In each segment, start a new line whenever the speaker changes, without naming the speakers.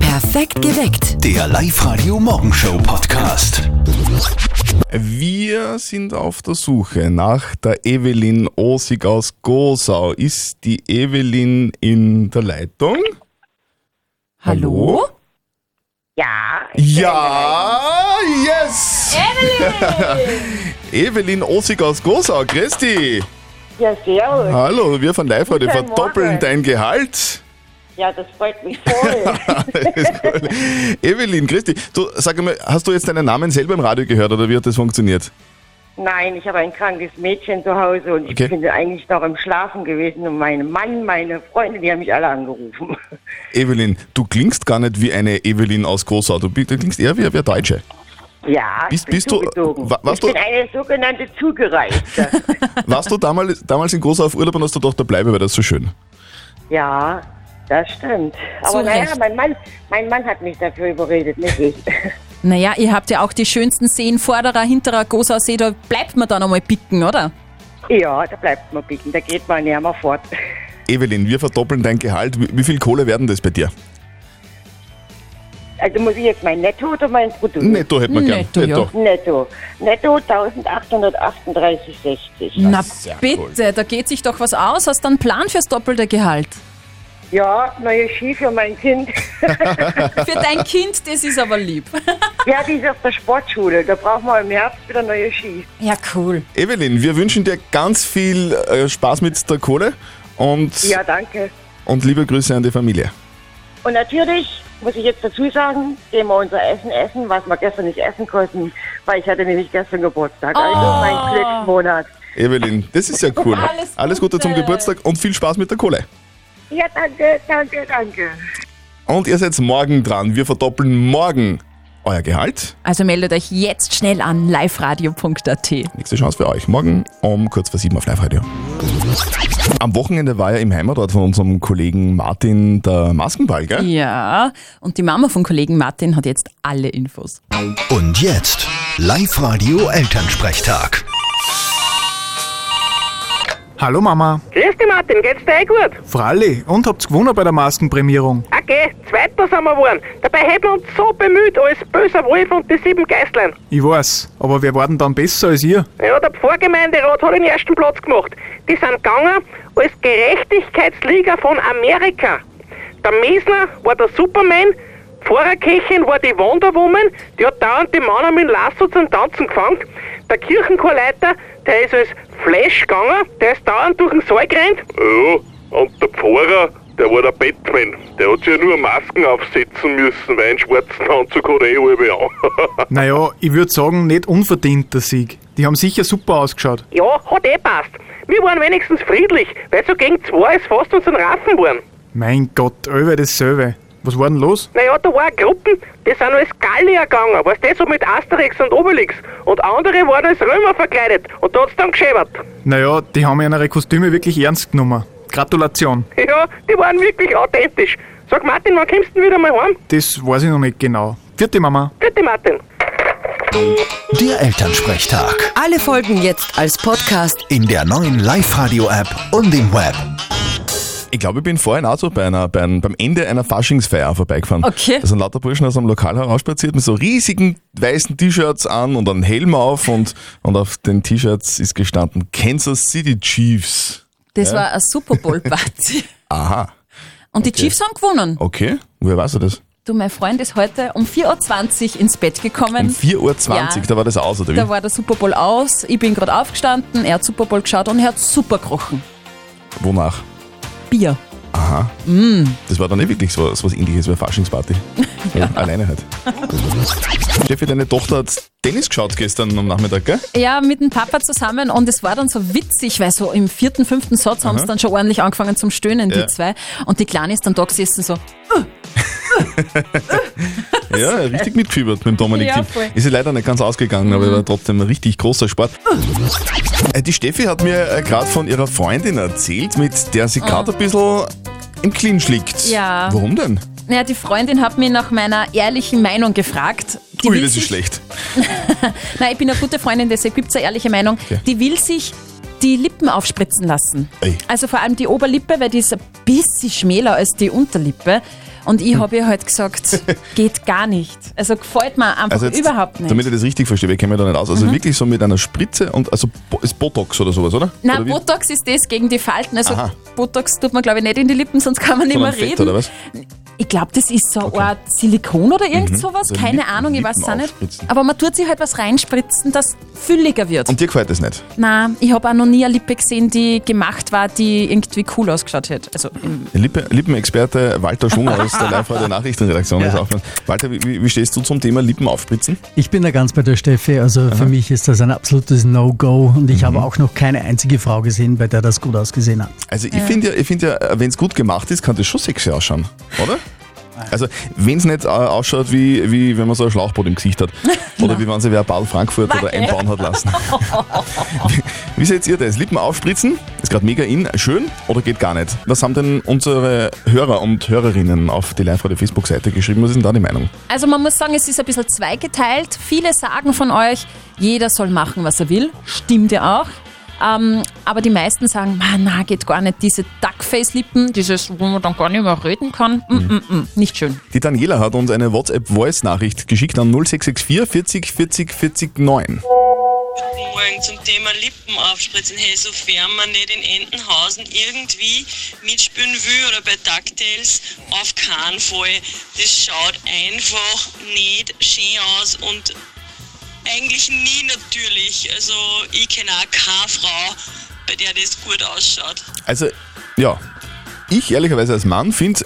Perfekt geweckt.
Der Live-Radio Morgenshow Podcast.
Wir sind auf der Suche nach der Evelyn Osig aus Gosau. Ist die Evelyn in der Leitung?
Hallo?
Ja.
Ja, yes! Evelyn! Evelyn Osig aus Gosau, Christi!
Ja, servus.
Hallo, wir von Live heute
Guten
verdoppeln
Morgen.
dein Gehalt.
Ja, das freut mich voll.
Evelyn, Christi, du, sag mal, hast du jetzt deinen Namen selber im Radio gehört oder wie hat das funktioniert?
Nein, ich habe ein krankes Mädchen zu Hause und
Okay.
ich bin eigentlich noch im Schlafen gewesen und mein Mann, meine Freunde, die haben mich alle angerufen.
Evelyn, du klingst gar nicht wie eine Evelyn aus Gosau, du bi- du klingst eher wie wie eine Deutsche.
Ja,
Bist-
ich bin
bist du-
zugezogen.
wa- warst
ich bin
du-
eine sogenannte Zugereiste.
Warst du damals, damals in Gosau auf Urlaub und hast du gedacht, da bleibe, weil das so schön.
ja, das stimmt. Aber
Zu
naja,
Recht.
mein Mann, mein Mann hat mich dafür überredet, nicht ich.
Naja, ihr habt ja auch die schönsten Seen, Vorderer, Hinterer, Gosauer See, da bleibt man dann einmal picken, oder?
ja, da bleibt man bieten, da geht man näher mal fort.
Evelyn, wir verdoppeln dein Gehalt. Wie wie viel Kohle werden das bei dir?
Also muss ich jetzt mein Netto oder mein Brutto?
Netto hätten wir gern.
Netto, ja.
Netto. Netto 1838,60.
Na
sehr
bitte, da geht sich doch was aus. Hast dann einen Plan fürs doppelte Gehalt?
Ja, neue Ski für mein Kind.
Für dein Kind, das ist aber lieb.
Ja, die ist auf der Sportschule. Da brauchen wir im Herbst wieder neue Ski.
Ja, cool.
Evelyn, wir wünschen dir ganz viel äh, Spaß mit der Kohle und,
Ja, danke.
und liebe Grüße an die Familie.
Und natürlich muss ich jetzt dazu sagen, gehen wir unser Essen essen, was wir gestern nicht essen konnten, weil ich hatte nämlich gestern Geburtstag. Also mein Glücksmonat.
Evelyn, das ist ja cool.
Alles
Gute zum
Gute.
Geburtstag und viel Spaß mit der Kohle.
Ja, danke, danke, danke.
Und ihr seid morgen dran. Wir verdoppeln morgen euer Gehalt.
Also meldet euch jetzt schnell an liveradio.at.
Nächste Chance für euch morgen um kurz vor sieben auf Live-Radio. Am Wochenende war ja im Heimatort von unserem Kollegen Martin der Maskenball, gell?
Ja, und die Mama von Kollegen Martin hat jetzt alle Infos.
Und jetzt Live-Radio Elternsprechtag.
Hallo Mama.
Grüß dich, Martin, geht's dir eh gut?
Fralli, und habt's gewonnen bei der Maskenprämierung?
Okay, zweiter sind wir geworden. Dabei hätten wir uns so bemüht als böser Wolf und die sieben Geißlein.
Ich weiß, aber wer war denn dann besser als ihr?
Ja, der Pfarrgemeinderat hat den ersten Platz gemacht. Die sind gegangen als Gerechtigkeitsliga von Amerika. Der Mesner war der Superman, Pfarrerkirchen war die Wonderwoman, die hat dauernd die Männer mit dem Lasso zum Tanzen gefangen. Der Kirchenchorleiter, der ist als Flash gegangen, der ist dauernd durch den Saal gerannt.
Ja, und der Pfarrer, der war der Batman. Der hat sich ja nur Masken aufsetzen müssen, weil einen schwarzen Anzug hat er eh halbe an.
Naja, ich würde sagen, nicht unverdienter Sieg. Die haben sicher super ausgeschaut.
Ja, hat eh passt. Wir waren wenigstens friedlich, weil so gegen zwei ist fast uns ein Raffen waren.
Mein Gott, öwe dasselbe. Was war denn los?
Naja, da waren Gruppen, die sind als Gallier gegangen, weißt du, eh so mit Asterix und Obelix. Und andere waren als Römer verkleidet und da hat's dann geschäbert.
Naja, die haben ihre Kostüme wirklich ernst genommen. Gratulation.
Ja, die waren wirklich authentisch. Sag Martin, wann kommst du denn wieder mal heim?
Das weiß ich noch nicht genau. Vierte Mama.
Bitte Martin.
Der Elternsprechtag.
Alle Folgen jetzt als Podcast.
In der neuen Live-Radio-App und im Web.
Ich glaube, ich bin vorhin auch so bei einer, bei einem, beim Ende einer Faschingsfeier vorbeigefahren.
Okay.
Da sind lauter Burschen aus einem Lokal herausspaziert mit so riesigen weißen T-Shirts an und einen Helm auf und, und auf den T-Shirts ist gestanden Kansas City Chiefs.
Das war eine Super Bowl Party.
Aha,
Und die Chiefs haben gewonnen.
okay. Woher weißt du das?
Du, mein Freund, ist heute um 4.20 Uhr ins Bett
Um
gekommen.
4.20 Uhr,
Ähm, Ja.
da war das aus, oder wie?
Da war der Super Bowl aus. Ich bin gerade aufgestanden, er hat Super Bowl geschaut und er hat super gerochen.
Wonach?
Bier.
Das war dann nicht wirklich so was, was ähnliches wie eine Faschingsparty. ja. Alleine halt. Steffi, deine Tochter hat Tennis geschaut gestern am Nachmittag, gell?
Ja, mit dem Papa zusammen und es war dann so witzig, weil so im vierten, fünften Satz haben sie dann schon ordentlich angefangen zum Stöhnen, die
Ja.
zwei. Und die Kleine ist dann da gesessen so,
Ja, richtig mitgefiebert mit dem Dominik
Ja,
Thiem.
voll. Mhm.
Ist ja leider nicht ganz ausgegangen, aber war trotzdem ein richtig großer Sport. Äh, Die Steffi hat mir äh, gerade von ihrer Freundin erzählt, mit der sie gerade ein bisschen im Clinch liegt.
Ah. Ja.
Warum denn?
naja, die Freundin hat mich nach meiner ehrlichen Meinung gefragt. Die
Ui,
will
das ist
sich-
schlecht.
Nein, ich bin eine gute Freundin, deshalb gibt's eine ehrliche Meinung.
Ja.
Die will sich die Lippen aufspritzen lassen.
Ey.
Also vor allem die Oberlippe, weil die ist ein bisschen schmäler als die Unterlippe. Und
Hm.
ich habe ihr halt gesagt, geht gar nicht. Also gefällt mir einfach
Also jetzt,
überhaupt nicht. Mhm.
Damit ich das richtig verstehe, wir kennen ja da nicht aus. Also wirklich so mit einer Spritze und also Bo- ist Botox oder sowas, oder?
Nein,
oder wie?
Botox ist das gegen die Falten. Also
Aha.
Botox tut man, glaube ich, nicht in die Lippen, sonst kann man nicht
Sondern
mehr
Fett,
reden.
oder was?
Ich glaube, das ist so eine Art Silikon oder irgend sowas.
Also
Keine
Lippen-
Ahnung, ich weiß es auch
Lippen
nicht.
aufspritzen.
Aber man tut sich halt was reinspritzen, das fülliger wird.
Und dir gefällt das nicht?
Nein, ich habe auch noch nie eine Lippe gesehen, die gemacht war, die irgendwie cool ausgeschaut hätte. Also im
Lippe, Lippenexperte Walter Schwung aus der live der Nachrichtenredaktion ist auch. Walter, wie- wie, wie stehst du zum Thema Lippen aufspritzen?
Ich bin da ganz bei der Steffi. Also für mich ist das ein absolutes No-Go und ich habe auch noch keine einzige Frau gesehen, bei der das gut ausgesehen hat.
Also ich finde ja, ich find ja wenn es gut gemacht ist, kann das schon sexy ausschauen, oder? Also, wenn es nicht äh, ausschaut, wie, wie wenn man so ein Schlauchboot im Gesicht hat. Oder wie wenn sie wer Ball Frankfurt oder
Wacke.
einbauen hat lassen. wie, wie seht ihr das? Lippen aufspritzen, ist gerade mega in, schön oder geht gar nicht? Was haben denn unsere Hörer und Hörerinnen auf die Live-Radio-Facebook-Seite geschrieben? Was ist denn da die Meinung?
Also man muss sagen, es ist ein bisschen zweigeteilt. Viele sagen von euch, jeder soll machen, was er will. Stimmt ja auch. Ähm, aber die meisten sagen, "Ma, na, geht gar nicht. Diese Duckface-Lippen, dieses, wo man dann gar nicht mehr reden kann, mm, mm, mm, nicht schön.
Die Daniela hat uns eine WhatsApp-Voice-Nachricht geschickt an 0664 40 40 40 9.
Morgen zum Thema Lippen aufspritzen. Hey, sofern man nicht in Entenhausen irgendwie mitspielen will oder bei DuckTales, auf keinen Fall. Das schaut einfach nicht schön aus und eigentlich nie natürlich. Also ich kenne auch keine Frau, bei der das gut ausschaut.
Also, ja, ich ehrlicherweise als Mann finde,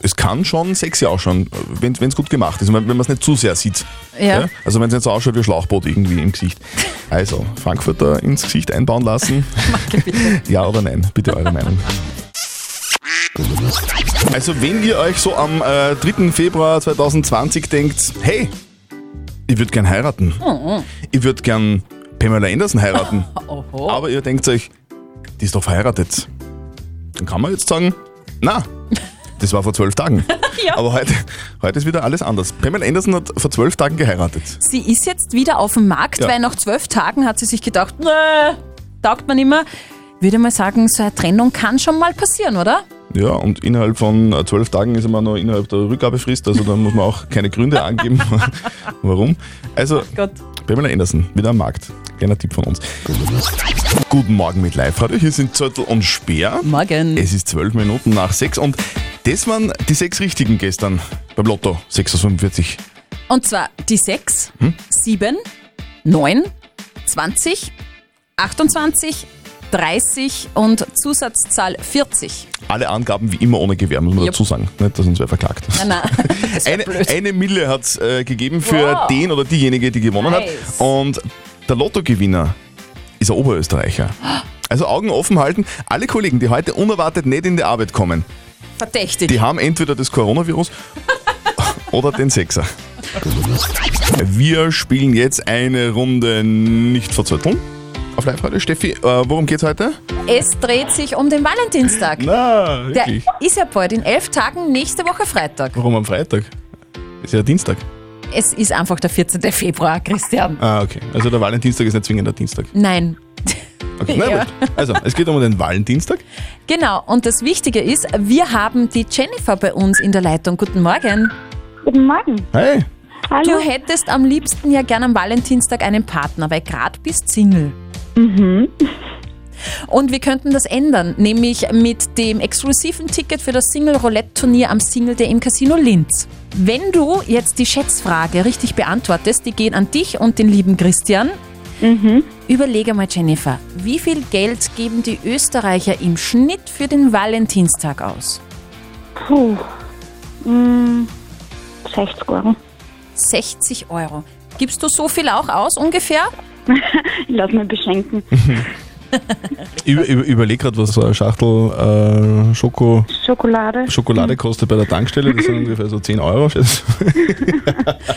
es kann schon sexy ausschauen, wenn es gut gemacht ist, und wenn man es nicht zu sehr sieht.
Ja.
Also wenn es nicht so ausschaut wie ein Schlauchboot irgendwie im Gesicht. Also, Frankfurter ins Gesicht einbauen lassen. ja oder nein? Bitte eure Meinung. Also wenn ihr euch so am äh, 3. Februar 2020 denkt, hey, ich würde gern heiraten. Ich würde gern Pamela Anderson heiraten.
Oh.
Aber ihr denkt euch, die ist doch verheiratet. Dann kann man jetzt sagen, na, das war vor zwölf Tagen.
Ja.
Aber heute, heute ist wieder alles anders. Pamela Anderson hat vor zwölf Tagen geheiratet.
Sie ist jetzt wieder auf dem Markt,
Ja.
weil nach zwölf Tagen hat sie sich gedacht, nee, taugt man immer. Würde mal sagen, so eine Trennung kann schon mal passieren, oder?
Ja, und innerhalb von äh, zwölf Tagen ist immer noch innerhalb der Rückgabefrist, also da muss man auch keine Gründe angeben, warum. Also,
Gott.
Pamela Anderson, wieder am Markt. Kleiner Tipp von uns. Guten Morgen mit Live-Radio. Hier sind Zöttl und Speer.
Morgen.
Es ist zwölf Minuten nach sechs und das waren die sechs Richtigen gestern beim Lotto. 645.
Und zwar die 6,
Hm?
7, 9, 20, 28, 30 und Zusatzzahl 40.
Alle Angaben wie immer ohne Gewähr, muss man
Jupp.
dazu sagen. ne, Nicht, dass uns wer verklagt.
Na, das wär
Eine,
blöd.
eine Mille hat es äh, gegeben für
Wow.
den oder diejenige, die gewonnen
Nice.
hat. Und der Lottogewinner ist ein Oberösterreicher. Also Augen offen halten. Alle Kollegen, die heute unerwartet nicht in die Arbeit kommen,
Verdächtig.
die haben entweder das Coronavirus oder den Sechser. Wir spielen jetzt eine Runde nicht verzötteln. Auf live heute. Steffi, äh, worum geht's heute?
es dreht sich um den Valentinstag.
Na,
Der ist ja bald in elf Tagen, nächste Woche Freitag.
Warum am Freitag? Ist ja Dienstag.
Es ist einfach der 14. Februar, Christian.
Ah, okay. Also der Valentinstag ist nicht zwingend der Dienstag.
Nein.
Okay. Na
Ja.
gut. Also, es geht um den Valentinstag.
Genau, und das Wichtige ist, wir haben die Jennifer bei uns in der Leitung. Guten Morgen.
Guten Morgen.
Hey.
Hallo.
Du hättest am liebsten ja gern am Valentinstag einen Partner, weil gerade bist Single. Und wir könnten das ändern, nämlich mit dem exklusiven Ticket für das Single-Roulette-Turnier am Single Day im Casino Linz. Wenn du jetzt die Schätzfrage richtig beantwortest, die geht an dich und den lieben Christian. Überlege mal, Jennifer, wie viel Geld geben die Österreicher im Schnitt für den Valentinstag aus?
Puh. Hm, 60 Euro.
60 Euro. Gibst du so viel auch aus ungefähr?
Ich lass mich beschenken.
Über, über, überleg gerade, was so eine Schachtel äh, Schoko,
Schokolade.
Hm.
Schokolade kostet bei der Tankstelle. Das sind ungefähr so 10 Euro. schätze ich.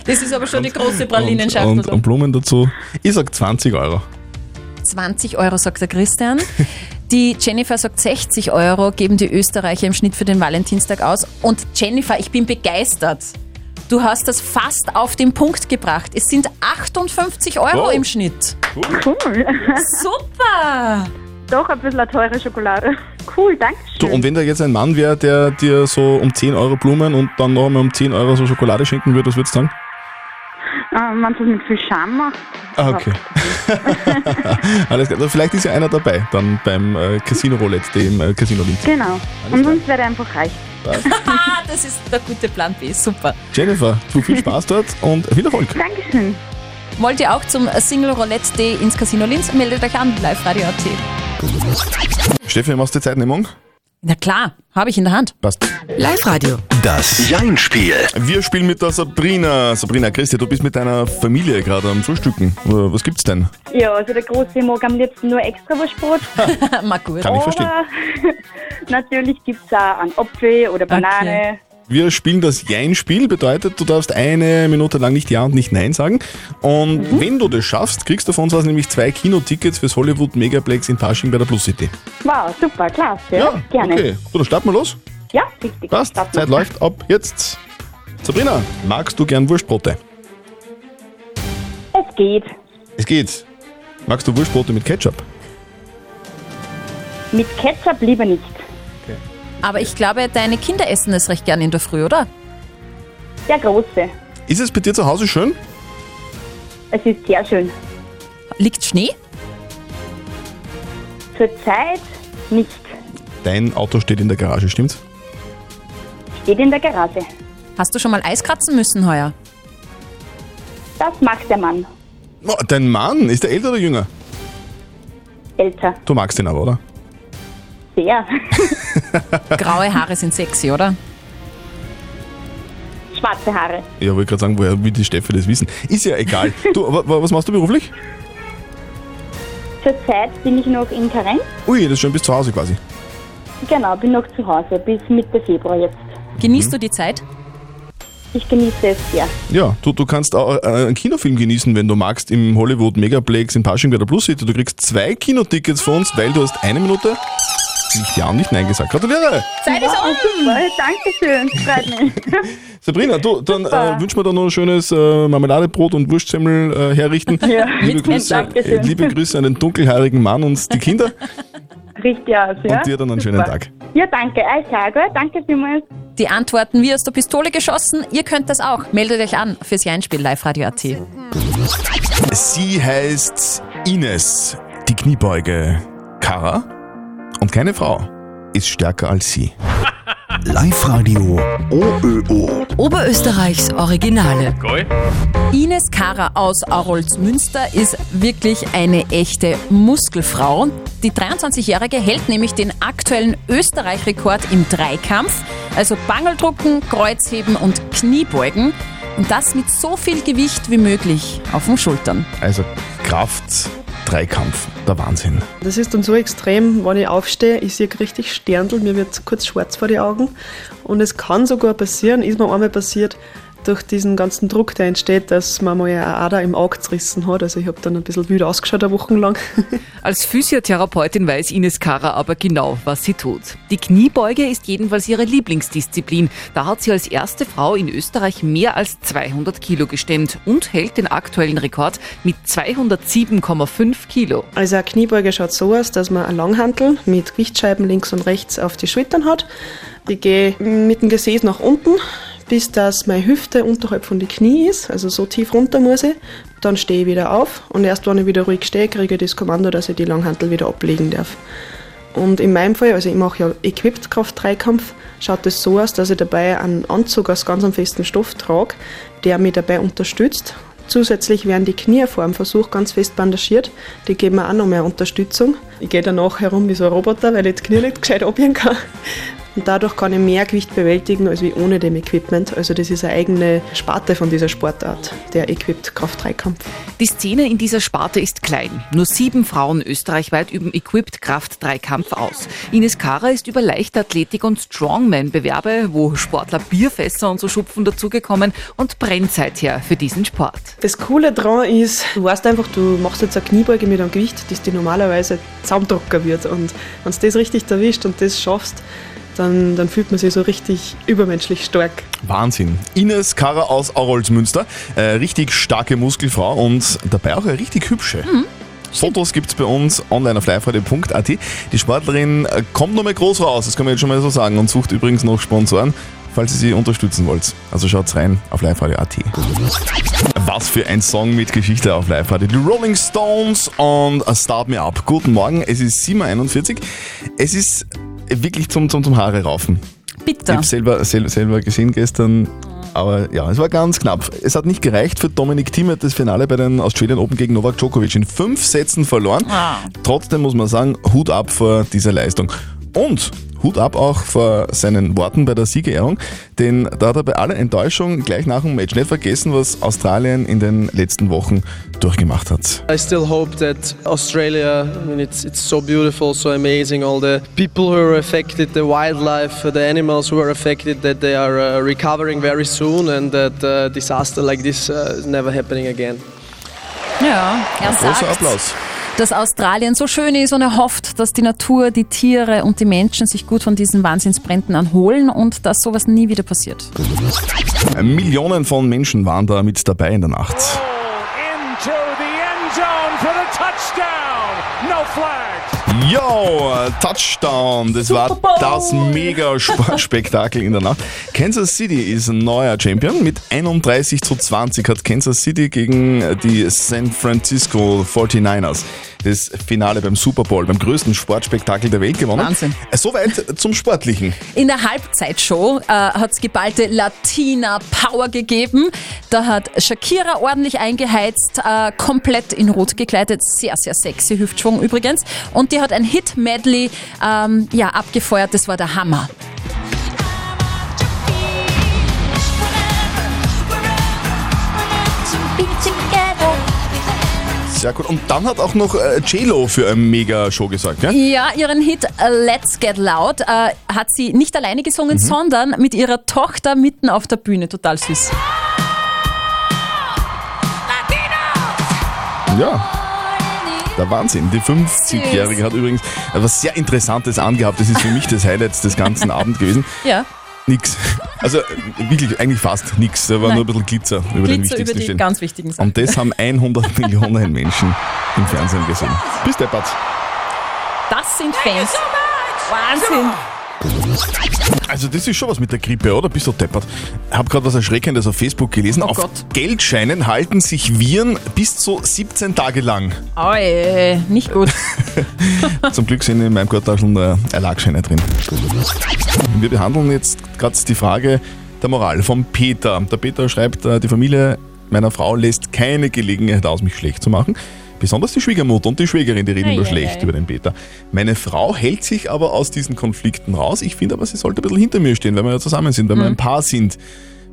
Das ist aber schon die große
Und, und, und Blumen dazu. Ich sag 20 Euro.
20 Euro, sagt der Christian. Die Jennifer sagt, 60 Euro geben die Österreicher im Schnitt für den Valentinstag aus. Und Jennifer, ich bin begeistert. Du hast das fast auf den Punkt gebracht. Es sind 58 Euro
Wow.
im Schnitt.
Cool.
Super!
Doch ein bisschen eine teure Schokolade. cool, danke schön.
Du, und wenn da jetzt ein Mann wäre, der dir so um 10 Euro Blumen und dann noch einmal um 10 Euro so Schokolade schenken würde, was würdest du sagen?
Ähm, Wenn es mit viel Charme macht.
Ah, okay. Alles klar. Also Vielleicht ist ja einer dabei, dann beim äh, Casino-Roulette, dem äh, casino Linz.
Genau. Und sonst wäre er einfach reich.
Ah, das ist der gute Plan B, super.
Jennifer, du viel Spaß dort und viel Erfolg.
Dankeschön.
Wollt ihr auch zum Single Roulette Day ins Casino Linz? Meldet euch an, live radio
Steffi, machst du die Zeitnehmung?
Na klar, habe ich in der Hand.
Passt.
Live Radio.
Das Jein-Spiel. Wir spielen mit der Sabrina. Sabrina, Christi, du bist mit deiner Familie gerade am Frühstücken. Äh, Was gibt's denn?
Ja, also der Große mag am liebsten nur extra Wurstbrot.
Mag gut.
Kann ich verstehen.
Aber natürlich gibt es auch einen Apfel oder Banane.
Wir spielen das Jein-Spiel, bedeutet, du darfst eine Minute lang nicht Ja und nicht Nein sagen. Und wenn du das schaffst, kriegst du von uns aus nämlich zwei Kinotickets fürs Hollywood Megaplex in Fasching bei der Plus City.
Wow, super, klasse. Gerne.
Okay, so, dann starten wir los.
Ja, richtig.
Passt, Zeit läuft ab jetzt. Sabrina, magst du gern Wurstbrote?
Es geht.
Es geht. Magst du Wurstbrote mit Ketchup?
Mit Ketchup lieber nicht.
Aber ich glaube, deine Kinder essen es recht gern in der Früh, oder?
Der Große.
Ist es bei dir zu Hause schön?
Es ist sehr schön.
Liegt Schnee?
Zurzeit nicht.
Dein Auto steht in der Garage, stimmt's?
Steht in der Garage.
Hast du schon mal Eis kratzen müssen heuer?
Das macht der Mann.
Oh, dein Mann, ist der älter oder jünger?
Älter.
Du magst ihn aber, oder?
Sehr.
Graue Haare sind sexy, oder?
Schwarze Haare.
Ja, wollte gerade sagen, woher will die Steffi das wissen? Ist ja egal. Du, wa- wa- was machst du beruflich?
Zurzeit bin ich noch in Karenz.
Ui, das ist schon bis zu Hause quasi.
Genau, bin noch zu Hause bis Mitte Februar jetzt.
Genießt du die Zeit?
Ich genieße es sehr.
Ja, du, du kannst auch äh, einen Kinofilm genießen, wenn du magst, im Hollywood Megaplex in Pasching bei der Plus City. Du kriegst zwei Kinotickets von uns, weil du hast eine Minute nicht Ja und nicht Nein gesagt. Gratuliere!
Zeit ist um.
um. Super, Dankeschön. Freut mich.
Sabrina, du, dann äh, wünschen wir dir noch ein schönes äh, Marmeladebrot und Wurstsemmel äh, herrichten.
Ja.
Liebe,
Mit
Grüße,
Ketchup,
äh,
bitteschön.
liebe Grüße an den dunkelhaarigen Mann und die Kinder
Richtig aus, ja?
und dir dann einen schönen Tag.
Ja, danke. Alles klar, gut. Danke vielmals.
Die Antworten wie aus der Pistole geschossen. Ihr könnt das auch. Meldet euch an fürs Jeinspiel live radio AT.
Sie heißt Ines, die Kniebeuge Kara und keine Frau ist stärker als sie.
Live-Radio OÖO.
Oberösterreichs Originale.
Ines Kara aus Aroldsmünster ist wirklich eine echte Muskelfrau. Die 23-Jährige hält nämlich den aktuellen Österreich-Rekord im Dreikampf, also Bangeldrucken, Kreuzheben und Kniebeugen. Und das mit so viel Gewicht wie möglich auf den Schultern.
Also Kraft, Dreikampf, der Wahnsinn.
Das ist dann so extrem, wenn ich aufstehe, ich sehe richtig Sterndl, mir wird kurz schwarz vor die Augen. Und es kann sogar passieren, ist mir einmal passiert, durch diesen ganzen Druck, der entsteht, dass man mal eine Ader im Auge zerrissen hat. Also ich habe dann ein bisschen wild ausgeschaut, eine Woche lang.
Als Physiotherapeutin weiß Ines Kara aber genau, was sie tut. Die Kniebeuge ist jedenfalls ihre Lieblingsdisziplin. Da hat sie als erste Frau in Österreich mehr als 200 Kilo gestemmt und hält den aktuellen Rekord mit 207,5 Kilo.
Also eine Kniebeuge schaut so aus, dass man eine Langhantel mit Gewichtscheiben links und rechts auf die Schultern hat. Ich gehe mit dem Gesäß nach unten, bis dass meine Hüfte unterhalb von die Knie ist, also so tief runter muss ich. Dann stehe ich wieder auf und erst wenn ich wieder ruhig stehe, kriege ich das Kommando, dass ich die Langhantel wieder ablegen darf. Und in meinem Fall, also ich mache ja Equipped Kraft Dreikampf, schaut es so aus, dass ich dabei einen Anzug aus ganz einem festen Stoff trage, der mich dabei unterstützt. Zusätzlich werden die Knie vor dem Versuch ganz fest bandagiert. Die geben mir auch noch mehr Unterstützung. Ich gehe danach herum wie so ein Roboter, weil ich die Knie nicht gescheit abheben kann. Und dadurch kann ich mehr Gewicht bewältigen als wie ohne dem Equipment. Also das ist eine eigene Sparte von dieser Sportart, der Equipped Kraft Dreikampf.
Die Szene in dieser Sparte ist klein. Nur sieben Frauen österreichweit üben Equipped Kraft Dreikampf aus. Ines Kara ist über Leichtathletik und Strongman-Bewerbe, wo Sportler Bierfässer und so Schupfen dazugekommen und brennt seither für diesen Sport.
Das Coole daran ist, du weißt einfach, du machst jetzt eine Kniebeuge mit einem Gewicht, das dir normalerweise zusammendrucker wird. Und wenn du das richtig erwischt und das schaffst, dann, dann fühlt man sich so richtig übermenschlich stark.
Wahnsinn. Ines Kara aus Aroldsmünster, äh, richtig starke Muskelfrau und dabei auch eine richtig hübsche. Fotos gibt's bei uns online auf liveradio.at. Die Sportlerin äh, kommt nochmal groß raus, das kann man jetzt schon mal so sagen, und sucht übrigens noch Sponsoren, falls ihr sie unterstützen wollt. Also schaut's rein auf liveradio.at. Was für ein Song mit Geschichte auf Live-Radio. Die Rolling Stones und Start Me Up. Guten Morgen, es ist 7.41 Es ist wirklich zum, zum, zum Haare raufen. Ich
Bitter.
habe selber, sel selber gesehen gestern. Aber ja, es war ganz knapp. Es hat nicht gereicht für Dominik Thiem, hat das Finale bei den Australian Open gegen Novak Djokovic in fünf Sätzen verloren.
Ah.
Trotzdem muss man sagen, Hut ab vor dieser Leistung. Und Hut ab auch vor seinen Worten bei der Siegerehrung, denn da hat er bei aller Enttäuschung gleich nach dem Match nicht vergessen, was Australien in den letzten Wochen durchgemacht hat.
I still hope that Australia, I mean, it's, it's so beautiful, so amazing. All the people who are affected, the wildlife, the animals who are affected, that they are uh, recovering very soon and that uh, disaster like this uh, is never happening again.
Ja, er sagt, dass Australien so schön ist und er hofft, dass die Natur, die Tiere und die Menschen sich gut von diesen Wahnsinnsbränden anholen und dass sowas nie wieder passiert.
Millionen von Menschen waren da mit dabei in der Nacht.
Into the end zone for the touchdown. No flag.
Yo, Touchdown, das war das mega Sp- Spektakel in der Nacht. Kansas City ist ein neuer Champion. Mit 31 zu 20 hat Kansas City gegen die San Francisco 49ers das Finale beim Super Bowl, beim größten Sportspektakel der Welt gewonnen. Wahnsinn. Soweit zum Sportlichen.
In der Halbzeitshow äh, hat es geballte Latina-Power gegeben. Da hat Shakira ordentlich eingeheizt, äh, komplett in Rot gekleidet. Sehr, sehr sexy Hüftschwung übrigens. Und die hat ein Hit-Medley ähm, ja, abgefeuert. Das war der Hammer.
Sehr gut. Und dann hat auch noch äh, J-Lo für eine mega Show gesagt, gell?
Ja, ihren Hit äh, Let's Get Loud äh, hat sie nicht alleine gesungen, sondern mit ihrer Tochter mitten auf der Bühne. Total süß.
Ja. Der Wahnsinn. Die 50-Jährige hat übrigens etwas sehr Interessantes angehabt. Das ist für mich das Highlight des ganzen Abends gewesen.
Ja.
Nix. Also äh, wirklich, eigentlich fast nix. Da war
Nein.
nur ein bisschen Glitzer über den
Glitzer
wichtigsten
über die
stehen.
ganz wichtigen Sachen.
Und das haben 100 Millionen Menschen im Fernsehen gesehen. Bis deppert.
Das sind Fans. Wahnsinn.
Also das ist schon was mit der Grippe, oder? Bist du deppert. Ich habe gerade was Erschreckendes auf Facebook gelesen.
Oh
auf Geldscheinen halten sich Viren bis zu 17 Tage lang.
Oi, nicht gut.
Zum Glück sind in meinem Gürteltaschen äh, Erlagscheine drin. Wir behandeln jetzt gerade die Frage der Moral von Peter. Der Peter schreibt, äh, die Familie meiner Frau lässt keine Gelegenheit aus, mich schlecht zu machen. Besonders die Schwiegermutter und die Schwägerin, die reden
Ei,
nur
ei,
schlecht
ei.
über den Peter. Meine Frau hält sich aber aus diesen Konflikten raus. Ich finde aber, sie sollte ein bisschen hinter mir stehen, wenn wir ja zusammen sind,
Hm.
wenn wir ein Paar sind.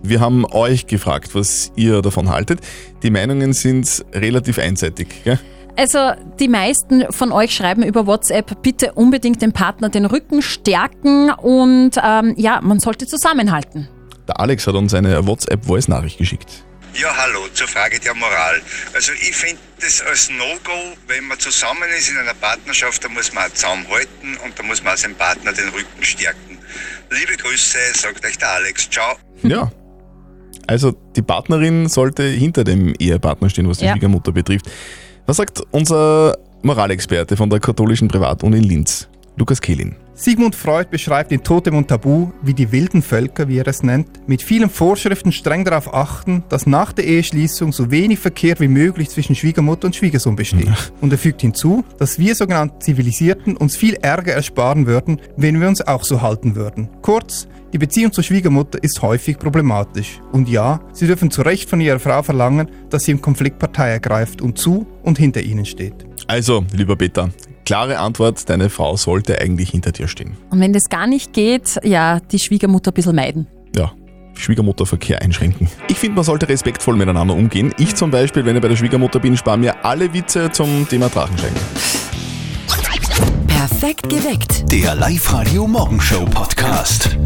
Wir haben euch gefragt, was ihr davon haltet. Die Meinungen sind relativ einseitig. Gell?
Also die meisten von euch schreiben über WhatsApp, bitte unbedingt dem Partner den Rücken stärken und ähm, ja, man sollte zusammenhalten.
Der Alex hat uns eine WhatsApp-Voice-Nachricht geschickt.
Ja, hallo, zur Frage der Moral. Also ich finde das als No-Go, wenn man zusammen ist in einer Partnerschaft, da muss man auch zusammenhalten und da muss man auch seinem Partner den Rücken stärken. Liebe Grüße, sagt euch der Alex. Ciao.
Ja. Also die Partnerin sollte hinter dem Ehepartner stehen, was die
Ja.
Schwiegermutter betrifft. Was sagt unser Moralexperte von der katholischen Privatuni in Linz, Lukas Kehlin?
Sigmund Freud beschreibt in Totem und Tabu, wie die wilden Völker, wie er es nennt, mit vielen Vorschriften streng darauf achten, dass nach der Eheschließung so wenig Verkehr wie möglich zwischen Schwiegermutter und Schwiegersohn besteht. Und er fügt hinzu, dass wir sogenannten Zivilisierten uns viel Ärger ersparen würden, wenn wir uns auch so halten würden. Kurz, die Beziehung zur Schwiegermutter ist häufig problematisch. Und ja, Sie dürfen zu Recht von Ihrer Frau verlangen, dass sie im Konflikt Partei ergreift und zu und hinter Ihnen steht.
Also, lieber Peter, klare Antwort, deine Frau sollte eigentlich hinter dir stehen.
Und wenn das gar nicht geht, ja, die Schwiegermutter ein bisschen meiden.
Ja. Schwiegermutterverkehr einschränken. Ich finde, man sollte respektvoll miteinander umgehen. Ich zum Beispiel, wenn ich bei der Schwiegermutter bin, spare mir alle Witze zum Thema Drachenschenken.
Perfekt geweckt.
Der Live-Radio Morgenshow Podcast.